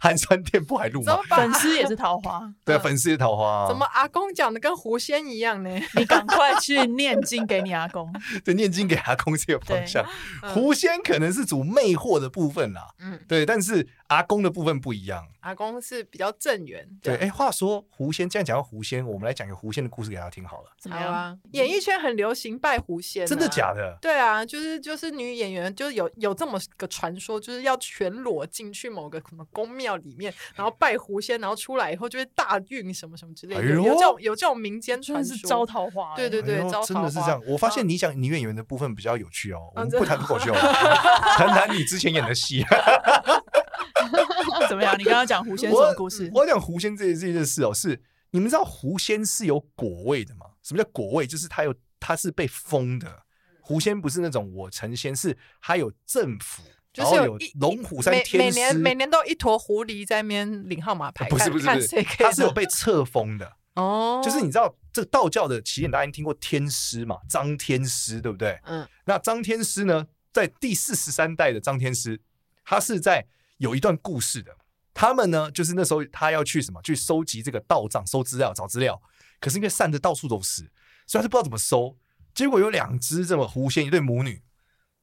Speaker 6: 寒酸店铺海路
Speaker 8: 怎
Speaker 6: 嘛
Speaker 8: 么，把
Speaker 2: 粉丝也是桃 花，
Speaker 6: 对，粉丝是桃花、啊，
Speaker 8: 怎么阿公讲的跟狐仙一样呢？
Speaker 2: 你赶快去念经给你阿 公。
Speaker 6: 对念经给阿公这个方向？
Speaker 8: 嗯
Speaker 6: 狐仙可能是主魅惑的部分啦，
Speaker 8: 嗯，
Speaker 6: 对，但是阿公的部分不一样。
Speaker 8: 阿公是比较正缘，
Speaker 6: 对，哎，话说狐仙，这样讲到狐仙，我们来讲一个狐仙的故事给大家听好了，
Speaker 2: 怎么
Speaker 8: 好
Speaker 2: 样？
Speaker 8: 啊，演艺圈很流行拜狐仙、
Speaker 6: 哎真的假？的？
Speaker 8: 对啊，就是就是女演员，就是有有这么个传说，就是要全裸进去某个什么宫庙里 面，然后拜狐仙，然后出来以后就会大运什么什么之类的，
Speaker 6: 哎呦
Speaker 8: 有有这种有这种民间
Speaker 2: 真的
Speaker 8: 传
Speaker 2: 是招
Speaker 8: 说。
Speaker 2: 桃花欸，
Speaker 8: 对对
Speaker 6: 哎呦
Speaker 8: 招桃
Speaker 6: 真的是这
Speaker 8: 花嗯
Speaker 6: 样。我发现你讲女演员的部分比较有趣哦，我们
Speaker 8: 真
Speaker 6: 不
Speaker 8: 的
Speaker 6: 谈脱口秀了， 谈谈你之前演的戏。
Speaker 2: 怎么样？你刚刚讲狐仙什么故事？
Speaker 6: 我我讲狐仙这这件事哦，是你们知道狐仙是有果位的吗？什么叫果位？就是它有，它是被封的。狐仙不是那种我成仙，是它有政府，
Speaker 8: 就
Speaker 6: 然
Speaker 8: 是
Speaker 6: 后
Speaker 8: 有
Speaker 6: 有
Speaker 8: 一
Speaker 6: 龙虎山
Speaker 8: 每每
Speaker 6: 天师，
Speaker 8: 年每年都有一坨狐狸在那边领号码牌，
Speaker 6: 不是
Speaker 8: 看
Speaker 6: 不是不
Speaker 8: 看
Speaker 6: 是
Speaker 8: 谁，可以
Speaker 6: 它是有被册封的。
Speaker 8: 哦，
Speaker 6: 就是你知道这个道教的起点，大家一定听过天师嘛？张天师对不对？
Speaker 8: 嗯，
Speaker 6: 那张天师呢，在第四十三代的张天师，他是在有一段故事的。他们呢，就是那时候他要去什么，去收集这个道藏，收资料，找资料。可是因为散的到处都是，所以他就不知道怎么收。结果有两只这么狐仙，一对母女，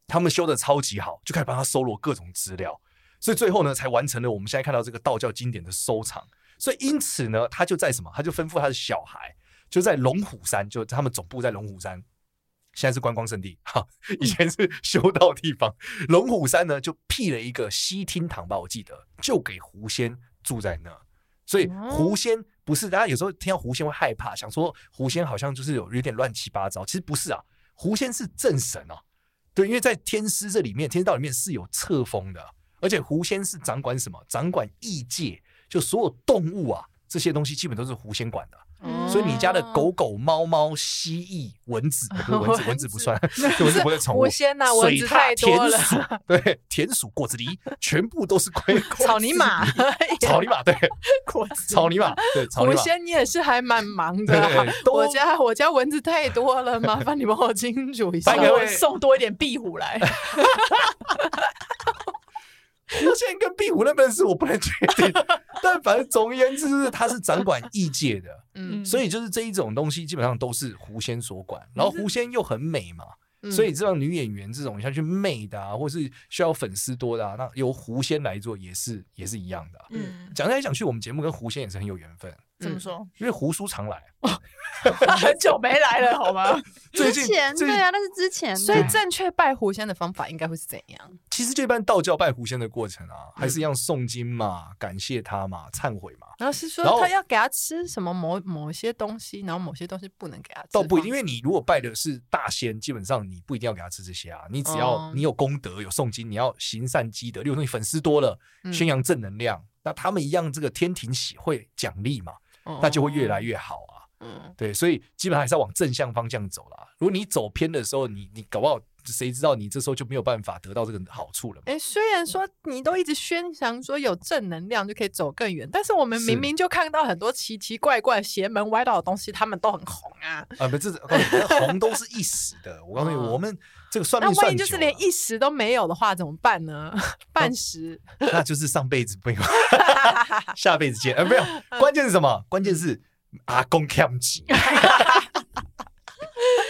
Speaker 6: 他们修的超级好，就开始帮他搜罗各种资料。所以最后呢，才完成了我们现在看到这个道教经典的收藏。所以因此呢，他就在什么，他就吩咐他的小孩，就在龙虎山，就他们总部在龙虎山，现在是观光圣地，哈，以前是修道地方。龙虎山呢，就辟了一个西厅堂吧，我记得，就给狐仙住在那。所以狐仙不是大家有时候听到狐仙会害怕，想说狐仙好像就是有有点乱七八糟，其实不是啊，狐仙是正神啊。对，因为在天师这里面，天师道里面是有册封的，而且狐仙是掌管什么？掌管异界，就所有动物啊这些东西基本都是狐仙管的。
Speaker 8: 嗯
Speaker 6: 啊所以你家的狗狗、猫猫、蜥蜴、蚊子，呃不 是蚊子，蚊子不算，对蚊子不是宠物。
Speaker 8: 狐仙呐蚊
Speaker 6: 水
Speaker 8: 子
Speaker 6: 獭
Speaker 8: 太多了
Speaker 6: 田鼠，对，田鼠、果子狸，全部都是龟。
Speaker 8: 草泥马，
Speaker 6: 草泥马，对，
Speaker 8: 果子狸
Speaker 6: 草泥马，对，草
Speaker 8: 狐
Speaker 6: 泥马。
Speaker 8: 仙，你也是还蛮忙的啊、
Speaker 6: 对都
Speaker 8: 我家我家蚊子太多了，麻烦你帮我清除一下
Speaker 6: 拜。各位
Speaker 2: 送多一点壁虎来，
Speaker 6: 狐仙跟壁虎认不认识，我不能确定。但反正总而言之，就是它是掌管异界的，
Speaker 8: 嗯
Speaker 6: 所以就是这一种东西基本上都是狐仙所管，然后狐仙又很美嘛，
Speaker 8: 嗯
Speaker 6: 所以这种女演员这种像去媚的啊，或是需要粉丝多的啊，那由狐仙来做也是也是一样的啊、
Speaker 2: 嗯，
Speaker 6: 讲来讲去，我们节目跟狐仙也是很有缘分，
Speaker 2: 怎么说？
Speaker 6: 因为狐叔常来，
Speaker 2: 嗯很久没来了，好吗？
Speaker 6: 最
Speaker 5: 之
Speaker 6: 近
Speaker 5: 前
Speaker 6: 最
Speaker 5: 对
Speaker 6: 近
Speaker 5: 啊，那是之前的，
Speaker 8: 所以正确拜狐仙的方法应该会是怎样？
Speaker 6: 其实这一般道教拜狐仙的过程啊，
Speaker 8: 嗯
Speaker 6: 还是一样诵经嘛，感谢他嘛，忏悔嘛，
Speaker 8: 然后是说
Speaker 6: 然后
Speaker 8: 他要给他吃什么某某些东西，然后某些东西不能给他吃吗，
Speaker 6: 倒不一定，因为你如果拜的是大仙，基本上你不一定要给他吃这些啊，你只要
Speaker 8: 哦
Speaker 6: 你有功德、有诵经，你要行善积德，例如说你粉丝多了，
Speaker 8: 嗯
Speaker 6: 宣扬正能量，那他们一样这个天庭喜会奖励嘛，
Speaker 8: 哦
Speaker 6: 那就会越来越好啊。
Speaker 8: 嗯
Speaker 6: 对，所以基本上还是要往正向方向走啦。如果你走偏的时候，你你搞不好谁知道你这时候就没有办法得到这个好处了嘛。
Speaker 8: 哎、虽然说你都一直宣扬说有正能量就可以走更远，但是我们
Speaker 6: 是
Speaker 8: 明明就看到很多奇奇怪怪、邪门歪道的东西，他们都很红啊。
Speaker 6: 啊，不，这是我告诉你红都是一时的。我告诉你，
Speaker 8: 嗯
Speaker 6: 我们这个算
Speaker 8: 那
Speaker 6: 命
Speaker 8: 万
Speaker 6: 算
Speaker 8: 一
Speaker 6: 久了，
Speaker 8: 就是连一时都没有的话，怎么办呢？ 半时，
Speaker 6: 那就是上辈子不 用，下辈子见。呃，没有，
Speaker 8: 嗯
Speaker 6: 关键是什么？关键是阿公 cam 级，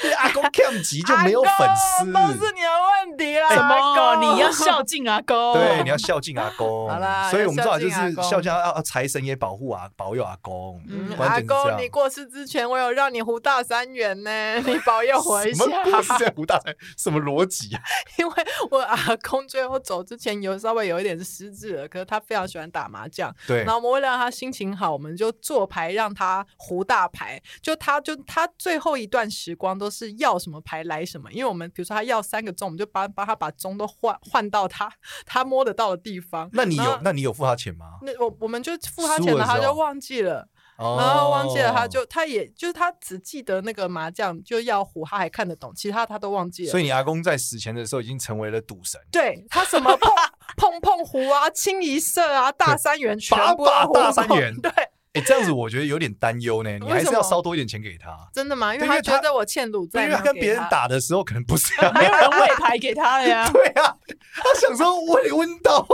Speaker 6: 因为阿公 cam 级就没有粉丝
Speaker 8: 阿公都是。你的问题啦。
Speaker 6: 哎
Speaker 2: 什么？
Speaker 8: 阿公
Speaker 2: 你要孝敬阿公？
Speaker 6: 对，你要孝敬阿公。
Speaker 8: 好啦
Speaker 6: 所以我们最好就是
Speaker 8: 要孝敬阿公
Speaker 6: 孝敬阿啊财神爷保护啊，保佑阿公。
Speaker 8: 嗯
Speaker 6: 关
Speaker 8: 阿
Speaker 6: 键是这
Speaker 8: 公，
Speaker 6: 样
Speaker 8: 你过世之前，我有让你胡大三元呢， 你保佑我一
Speaker 6: 什么
Speaker 8: 下。
Speaker 6: 故事在啊胡大才什么逻辑啊？
Speaker 8: 因为我阿公最后走之前有稍微有一点失智了，可是他非常喜欢打麻将。
Speaker 6: 对
Speaker 8: 然，后我们为了让他心情好，我们就做牌让他胡大牌。就他就他最后一段时光都是要什么牌来什么，因为我们比如说他要三个钟，我们就帮帮他把钟都换换到他他摸得到的地方。
Speaker 6: 那你
Speaker 8: 然
Speaker 6: 有
Speaker 8: 后
Speaker 6: 那你有付他钱吗？
Speaker 8: 那我我们就付他
Speaker 6: 输
Speaker 8: 钱
Speaker 6: 了
Speaker 8: 了，他
Speaker 6: 之
Speaker 8: 就
Speaker 6: 后
Speaker 8: 忘记了。
Speaker 6: 哦
Speaker 8: 然后忘记了，他就他也就是他只记得那个麻将就要胡，他还看得懂，其他他都忘记了。
Speaker 6: 所以你阿公在死前的时候已经成为了赌神，
Speaker 8: 对他 什么碰碰碰胡啊、清一色啊、大三元全
Speaker 6: 把
Speaker 8: 部都
Speaker 6: 把
Speaker 8: 胡
Speaker 6: 大三
Speaker 8: 弄
Speaker 6: 元
Speaker 8: 对，
Speaker 6: 哎，这样子我觉得有点担忧 呢。你还是
Speaker 8: 为什
Speaker 6: 要
Speaker 8: 么
Speaker 6: 烧多一点钱给他，
Speaker 8: 真的吗？因为
Speaker 6: 对因
Speaker 8: 他
Speaker 6: 为
Speaker 8: 觉
Speaker 6: 他
Speaker 8: 得我欠赌
Speaker 6: 因
Speaker 8: 债，
Speaker 6: 为他跟别人
Speaker 8: 然后给他。
Speaker 6: 打的时候可能不是这样。
Speaker 2: 没有人喂牌给他了呀。
Speaker 6: 对啊，他想说我得问到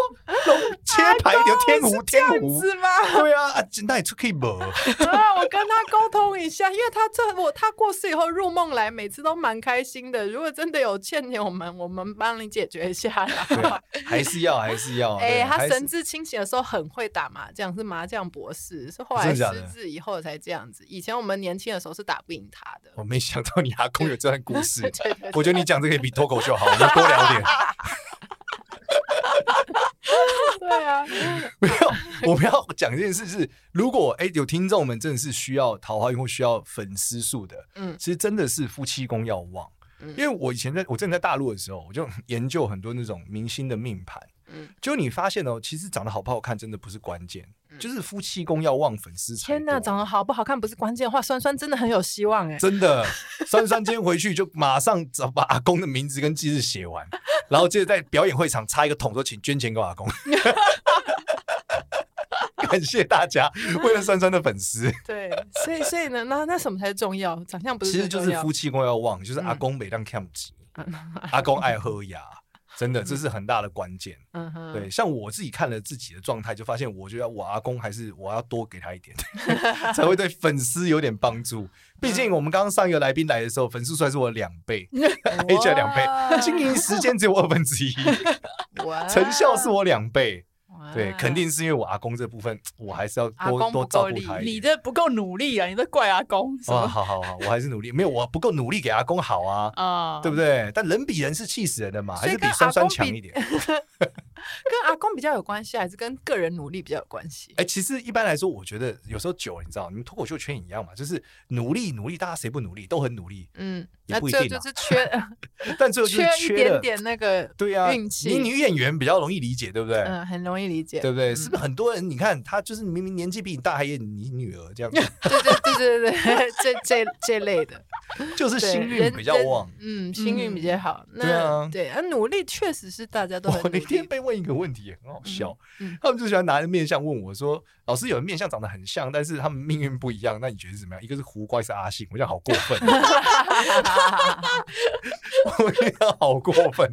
Speaker 6: 龙切牌一条天胡天胡，
Speaker 8: 是吗？
Speaker 6: 对啊，啊那也出可以磨。
Speaker 8: 啊，我跟他沟通一下，因为他这我他过世以后入梦来，每次都蛮开心的。如果真的有欠你，我们我们帮你解决一下啦。
Speaker 6: 对，啊还是要还是要。 哦
Speaker 8: 哎、
Speaker 6: 对
Speaker 8: 他
Speaker 6: 还是
Speaker 8: 神志清醒的时候很会打麻将，是麻将博士，是后
Speaker 6: 真
Speaker 8: 来
Speaker 6: 的假的
Speaker 8: 失智以后才这样子。以前我们年轻的时候是打不赢他的。
Speaker 6: 我没想到你阿公有这段故事，
Speaker 8: 对 对
Speaker 6: 我觉得你讲这个也比脱口秀好，我们多聊点。
Speaker 8: 对啊，
Speaker 6: 没有，我们要讲一件事是，如果哎、有听众们真的是需要桃花运或需要粉丝数的，
Speaker 8: 嗯
Speaker 6: 其实真的是夫妻宫要旺。
Speaker 8: 嗯
Speaker 6: 因为我以前在我正在大陆的时候，我就研究很多那种明星的命盘，
Speaker 8: 嗯
Speaker 6: 就你发现哦，其实长得好不好看真的不是关键，
Speaker 8: 嗯
Speaker 6: 就是夫妻宫要旺，粉丝才
Speaker 8: 天哪，
Speaker 6: 多
Speaker 8: 长得好不好看不是关键话，酸酸真的很有希望哎、
Speaker 6: 真的，酸酸今天回去就马上找把阿公的名字跟忌日写完，然后接着在表演会场插一个桶说请捐钱给我 阿公。感谢大家为了酸酸的粉丝，
Speaker 8: 对，所以所以呢，那那什么才重要？长相不是
Speaker 6: 其实
Speaker 8: 最
Speaker 6: 就是
Speaker 8: 重要嗯
Speaker 6: 夫妻宫要旺，就是阿公每当看不起，阿公爱喝牙，真的这是很大的关键。
Speaker 8: 嗯哼，
Speaker 6: 对， 像我自己看了自己的状态，就发现我觉得我阿公还是我要多给他 一点，才会对粉丝有点帮助。毕
Speaker 8: 嗯
Speaker 6: 竟我们刚刚上一个来宾来的时候，粉丝数还是我两倍，H 两倍，经营时间只有二分之一，
Speaker 8: 哇
Speaker 6: 成效是我两倍。对，肯定是因为我阿公这部分，我还是要
Speaker 8: 啊阿
Speaker 6: 多
Speaker 8: 公
Speaker 6: 多
Speaker 8: 不
Speaker 6: 照
Speaker 8: 够
Speaker 6: 顾
Speaker 8: 力
Speaker 6: 他一点。
Speaker 2: 你这不够努力啊！你这怪阿公什
Speaker 6: 哎哇，
Speaker 2: 么
Speaker 6: 好好好，我还是努力，没有我不够努力给阿公好啊，
Speaker 2: 啊？
Speaker 6: 对不对？但人比人是气死人的嘛，还
Speaker 8: 哦所以
Speaker 6: 是比
Speaker 8: 跟
Speaker 6: 酸
Speaker 8: 阿
Speaker 6: 酸
Speaker 8: 公
Speaker 6: 强
Speaker 8: 比
Speaker 6: 一点。
Speaker 8: 跟阿公比较有关系，还是跟个人努力比较有关系？
Speaker 6: 哎、其实一般来说，我觉得有时候久了，你知道，你们脱口秀圈也一样嘛，就是努力努力，大家谁不努力，都很努力，
Speaker 8: 嗯，
Speaker 6: 也
Speaker 8: 那
Speaker 6: 不一
Speaker 8: 最后
Speaker 6: 定啊
Speaker 8: 就是缺
Speaker 6: 但最后 就是
Speaker 8: 一
Speaker 6: 缺
Speaker 8: 点
Speaker 6: 了
Speaker 8: 点那个，
Speaker 6: 对啊，
Speaker 8: 运气
Speaker 6: 你女演员比较容易理解，对不对？
Speaker 8: 嗯，很容易理解。
Speaker 6: 对
Speaker 8: 对
Speaker 6: 不对？是不是很多人？你看他就是明明年纪比你大，还演你女儿这样，
Speaker 8: 对对对对对，这这这类的，
Speaker 6: 就是
Speaker 8: 对
Speaker 6: 幸运
Speaker 8: 人
Speaker 6: 比较
Speaker 8: 人
Speaker 6: 旺。
Speaker 8: 嗯，幸运比
Speaker 2: 嗯
Speaker 8: 较好。
Speaker 6: 对
Speaker 8: 那
Speaker 6: 啊
Speaker 8: 对啊，努力确实是大家都很
Speaker 6: 我
Speaker 8: 努
Speaker 6: 那天
Speaker 8: 力。
Speaker 6: 被问一个问题，很好笑，
Speaker 8: 嗯
Speaker 6: 他们就喜欢拿着面相问我说：“老师，有人面相长得很像，但是他们命运不一样，那你觉得是怎么样？”一个是胡瓜，一个是阿信，我想好过分，啊 我觉得好过分。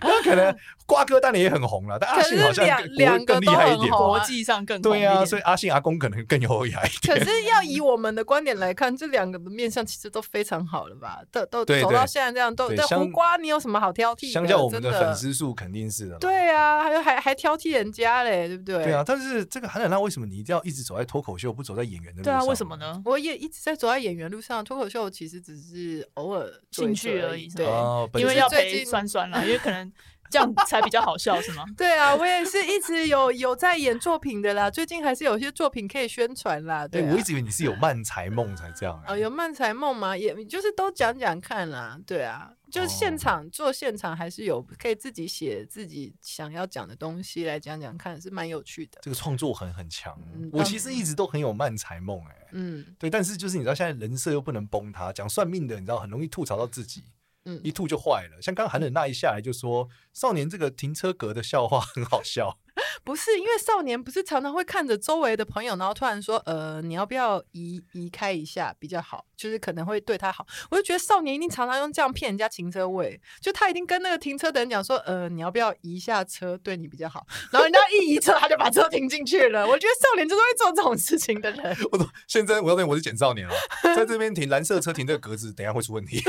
Speaker 6: 那可能瓜哥当然也很红了，但阿
Speaker 8: 可
Speaker 6: 信好
Speaker 8: 是
Speaker 6: 像
Speaker 8: 两
Speaker 6: 更
Speaker 8: 两
Speaker 6: 更
Speaker 8: 个
Speaker 6: 厉
Speaker 8: 都
Speaker 6: 害一
Speaker 8: 很
Speaker 6: 点吧。
Speaker 8: 红
Speaker 2: 国，际上更
Speaker 6: 对
Speaker 2: 呀、
Speaker 6: 啊，所以阿信阿公可能更有 雅一
Speaker 8: 可
Speaker 6: 点。
Speaker 8: 是要以我们的观点来看，这两个的面相其实都非常好了吧？都都
Speaker 6: 对
Speaker 8: 走
Speaker 6: 对
Speaker 8: 到现在这样，都
Speaker 6: 对
Speaker 8: 但
Speaker 6: 相
Speaker 8: 胡瓜你有什么好挑剔的？
Speaker 6: 相较我们
Speaker 8: 真
Speaker 6: 的
Speaker 8: 的
Speaker 6: 粉，丝数，肯定是的啦。
Speaker 8: 对啊，还还还挑剔人家嘞，对不对？
Speaker 6: 对啊，，但是这个韩冷浪为什么你一定要一直走在脱口秀，不走在演员的路
Speaker 2: 对
Speaker 6: 上？
Speaker 2: 啊，为什么？呢？
Speaker 8: 我也一直在走在演员路上，脱口秀其实只是偶尔做
Speaker 2: 兴
Speaker 8: 一
Speaker 2: 趣
Speaker 8: 做
Speaker 2: 而
Speaker 8: 而
Speaker 2: 已是
Speaker 8: 对。
Speaker 2: 吗
Speaker 6: 哦，本
Speaker 2: 因为
Speaker 6: 身
Speaker 2: 要
Speaker 8: 最
Speaker 2: 陪
Speaker 8: 近
Speaker 2: 酸酸啦，因为可能这样才比较好笑，是 吗？
Speaker 8: 对啊，我也是一直有有在演作品的啦，最近还是有些作品可以宣传啦。
Speaker 6: 对
Speaker 8: 对、啊，
Speaker 6: 哎我一直以为你是有漫才梦才这样、欸。
Speaker 8: 哦，有漫才梦吗？也就是都讲讲看啦，对啊，就是
Speaker 6: 哦
Speaker 8: 现场、做现场还是有可以自己写自己想要讲的东西来讲讲看，是蛮有趣的。
Speaker 6: 这个创作很很强
Speaker 8: 嗯。
Speaker 6: 我
Speaker 8: 当
Speaker 6: 其实一直都很有漫才梦，哎，
Speaker 8: 嗯
Speaker 6: 对，但是就是你知道现在人设又不能崩塌，讲算命的你知道很容易吐槽到自己，
Speaker 8: 嗯
Speaker 6: 一，吐就坏了。像刚刚韩冷那一下来就说，少年这个停车格的笑话很好笑，
Speaker 8: 不是因为少年不是常常会看着周围的朋友，然后突然说，呃，你要不要移移开一下比较好，就是可能会对他好。我就觉得少年一定常常用这样骗人家停车位，就他一定跟那个停车的人讲说，呃，你要不要移一下车，对你比较好。然后人家一移车，他就把车停进去了。我觉得少年就是会做这种事情的 人。
Speaker 6: 我说现在我告诉你我是简少年了，在这边停蓝色车停这个格子，等一下会出问题。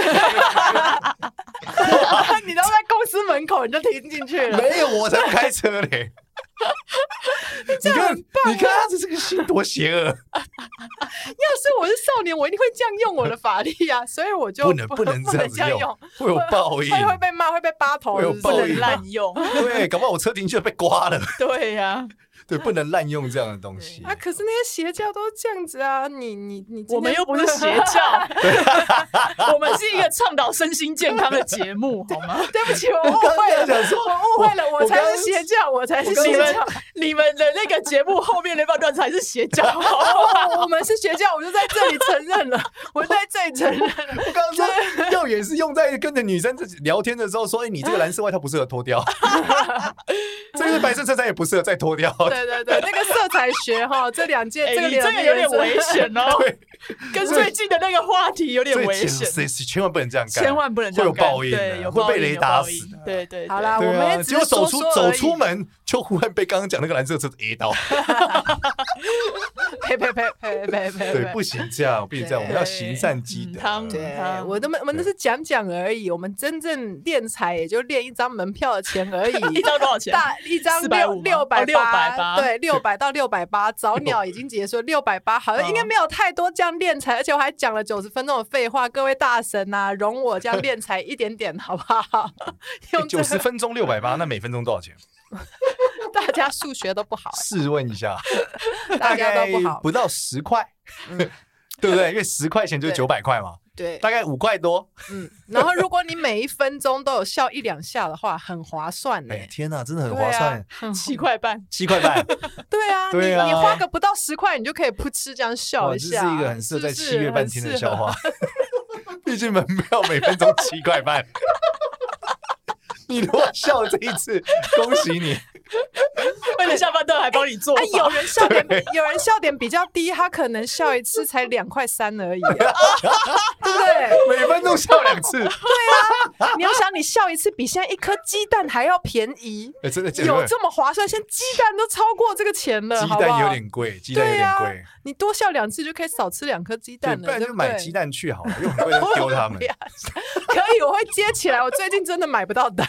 Speaker 8: 你都在公司门口，你就停进去了。
Speaker 6: 没有，我才不开车嘞。你看，你看他这是个心多邪恶，
Speaker 8: 要是我是少年，我一定会这样用我的法力啊！所以我就
Speaker 6: 不能
Speaker 8: 不
Speaker 6: 不能这样子
Speaker 8: 不能
Speaker 6: 用，会有报应。
Speaker 8: 会会 被骂，会被扒头，
Speaker 6: 会有
Speaker 8: 是不
Speaker 6: 报
Speaker 8: 是
Speaker 2: 不
Speaker 6: 应
Speaker 2: 能滥用。
Speaker 6: 对，搞不好我车停去了被刮了。
Speaker 2: 对呀、
Speaker 6: 对，不能滥用这样的东西。
Speaker 8: 啊！可是那些邪教都是这样子啊！你你你，
Speaker 2: 我们又不是邪 教，我们是一个倡导身心健康的节 目，好吗？
Speaker 8: 对不起，我误会
Speaker 6: 我刚刚
Speaker 8: 了，
Speaker 6: 想说
Speaker 8: 我误会了，
Speaker 6: 我
Speaker 8: 我才
Speaker 6: 我刚
Speaker 8: 是邪教，我才是
Speaker 2: 你
Speaker 8: 邪
Speaker 2: 们
Speaker 8: 教，
Speaker 2: 你们的那个节目后面那半段才是邪教，哦好 吗
Speaker 8: 哦我我们是邪教，我就在这里承认了，我在这里承认了。
Speaker 6: 我刚刚说耀眼是用在跟着女生自己聊天的时候说，哎、你这个蓝色外套不适合脱掉，这个白色衬衫也不适合再脱掉。
Speaker 8: 对对对，那个色彩学哈，这两件，
Speaker 2: 哎
Speaker 8: 这个
Speaker 2: 你这个有点危险哦
Speaker 6: 对，
Speaker 2: 跟最近的那个话题有点
Speaker 6: 这
Speaker 2: 危
Speaker 6: 千
Speaker 2: 险，
Speaker 6: 谁谁千万不能这样干，
Speaker 2: 千万不能这样干
Speaker 6: 会有报应的啊
Speaker 2: 对，有
Speaker 6: 会
Speaker 2: 报
Speaker 6: 被
Speaker 2: 应
Speaker 6: 雷
Speaker 2: 有
Speaker 6: 打
Speaker 2: 报应
Speaker 6: 死的啊
Speaker 2: 对对，
Speaker 8: 好
Speaker 2: 对
Speaker 8: 啦，我
Speaker 6: 对
Speaker 8: 们
Speaker 6: 啊，
Speaker 8: 也只
Speaker 6: 结果
Speaker 8: 是
Speaker 6: 走
Speaker 8: 说
Speaker 6: 出
Speaker 8: 说
Speaker 6: 走
Speaker 8: 而
Speaker 6: 出
Speaker 8: 已。
Speaker 6: 门，就忽然被刚刚讲那个蓝色车子 A 到，
Speaker 8: 呸呸呸呸呸呸！
Speaker 6: 对
Speaker 8: 呸，
Speaker 6: 不行这样，不行这样，我们要行善积
Speaker 2: 嗯
Speaker 6: 德。哎
Speaker 2: 他们
Speaker 8: 对
Speaker 2: 嗯，
Speaker 8: 我都没，我们都
Speaker 6: 对
Speaker 8: 是讲讲而已，我们真正练才也就练一张门票的钱而已
Speaker 2: 。一张多少钱？
Speaker 8: 大一张六
Speaker 2: 450
Speaker 8: 六
Speaker 2: 吗
Speaker 8: 百
Speaker 2: 哦680
Speaker 8: 对，六百到六百八，早鸟已经结束，六百八
Speaker 6: 哦
Speaker 8: 好像应该没有太多这样练才，而且我还讲了九十分钟的废话，各位大神呐、容我这样练才一点点好 不好？用这
Speaker 6: 九十分 钟六百八，那每分钟多少钱？
Speaker 8: 大家数学都不好、
Speaker 6: 试问一下，
Speaker 8: 大
Speaker 6: 大
Speaker 8: 家
Speaker 6: 概
Speaker 8: 都不好，嗯
Speaker 6: 不到十块， 对不对？因为十块钱就是
Speaker 8: 对
Speaker 6: 九百块嘛，
Speaker 8: 对，
Speaker 6: 大概五块多。
Speaker 8: 嗯，然后如果你每一分钟都有笑一两下的话，很划算呢、
Speaker 6: 哎，天哪，真的很
Speaker 8: 对
Speaker 6: 划
Speaker 8: 啊
Speaker 6: 算，
Speaker 2: 嗯七块半，
Speaker 6: 七块 半，
Speaker 8: 对啊，
Speaker 6: 对啊
Speaker 8: 你你花个不到十块，你就可以噗嗤这样笑
Speaker 6: 哇，
Speaker 8: 一
Speaker 6: 这是
Speaker 8: 下，
Speaker 6: 一个很适合在
Speaker 8: 是不
Speaker 6: 七
Speaker 8: 是
Speaker 6: 月半听的
Speaker 8: 很适
Speaker 6: 笑
Speaker 8: 合
Speaker 6: 话。 毕竟门票每分钟七块半， 你如果笑了这一次，恭喜你。
Speaker 2: 而且下半段还帮你做法
Speaker 8: 哎，，有人笑点，有人笑点比较低，他可能笑一次才两块三 而已、啊，对不对？
Speaker 6: 每分钟笑两次，
Speaker 8: 你要想，你笑一次比现在一颗鸡蛋还要便 宜，
Speaker 6: 哎，真的真的
Speaker 8: 有这么划算？现在鸡蛋都超过这个钱了，
Speaker 6: 鸡
Speaker 8: 好不好
Speaker 6: 蛋有点贵，鸡蛋有
Speaker 8: 对
Speaker 6: 点
Speaker 8: 啊
Speaker 6: 贵，
Speaker 8: 你多笑两次就可以少吃两颗鸡
Speaker 6: 对，
Speaker 8: 蛋了，
Speaker 6: 不然
Speaker 8: 对
Speaker 6: 就
Speaker 8: 不
Speaker 6: 买
Speaker 8: 对
Speaker 6: 鸡。蛋去好了，因为很多人丢他们
Speaker 8: 不。要可以，我会接起来。我最近真的买不到蛋，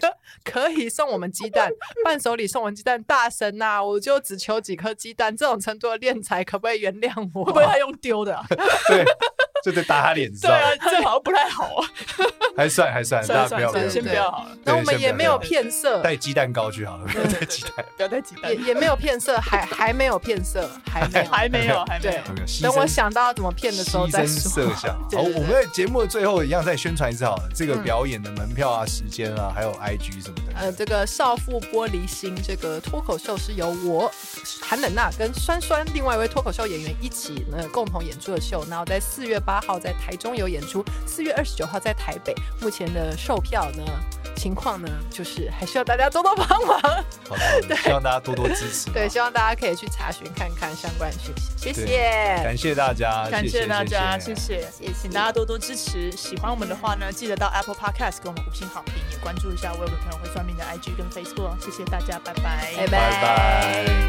Speaker 8: 可可以送我们鸡蛋，伴手礼送我们鸡蛋，大神呐、我就只求几颗鸡蛋，这种程度的练才可不可以原谅我？
Speaker 2: 会不会他用丢 的啊？
Speaker 6: 对，就在打他脸
Speaker 2: 对
Speaker 6: 上，
Speaker 2: 啊，这好像不太好啊。
Speaker 6: 还算还算，
Speaker 2: 算
Speaker 6: 哎大
Speaker 2: 了
Speaker 6: 家
Speaker 2: 算了
Speaker 6: 不要不
Speaker 2: 算
Speaker 6: 要
Speaker 2: 了，先
Speaker 6: 不
Speaker 2: 不
Speaker 6: 要
Speaker 2: 要好了，
Speaker 8: 那我
Speaker 6: 对
Speaker 8: 们
Speaker 6: 先
Speaker 8: 也
Speaker 6: 不
Speaker 8: 没
Speaker 6: 要
Speaker 8: 有
Speaker 6: 不要
Speaker 8: 骗色，
Speaker 6: 带鸡蛋糕去好了，不要带鸡蛋。
Speaker 2: 不要再鸡蛋
Speaker 6: 哎
Speaker 8: 也。也没有骗色，还还没有骗色，还没有。
Speaker 2: 还没有，还没有
Speaker 8: 对。
Speaker 6: OK，牺
Speaker 8: 等
Speaker 6: 牲
Speaker 8: 我想到要怎么骗的时候
Speaker 6: 牺
Speaker 8: 再
Speaker 6: 牲
Speaker 8: 说。
Speaker 6: 设想。
Speaker 8: 对
Speaker 6: 好，
Speaker 8: 对对
Speaker 6: 我们在节目的最后一样再宣传一次好了，这个
Speaker 8: 嗯
Speaker 6: 表演的门票啊、时间啊，还有 IG 什么的。
Speaker 8: 呃，这个少妇玻璃心这个脱口秀是由我韩冷娜跟酸酸另外一位脱口秀演员一起呢共同演出的秀，然后在四月八号在台中有演出，四月二十九号在台北。目前的售票呢情况呢，就是还需要大家多多帮忙。
Speaker 6: 好的，希望大家多多支持。啊
Speaker 8: 对，希望大家可以去查询看看相关讯息。谢
Speaker 6: 对
Speaker 8: 谢。
Speaker 6: 感谢大家，
Speaker 2: 感谢大家，谢
Speaker 6: 谢。
Speaker 2: 谢，请大家多多支持。喜欢我们的话呢，记得到 Apple Podcast 给我们五星好评，也关注一下我有个朋友会算命的 IG 跟 Facebook 哦。谢谢大家，拜拜，
Speaker 8: 拜
Speaker 6: 拜拜。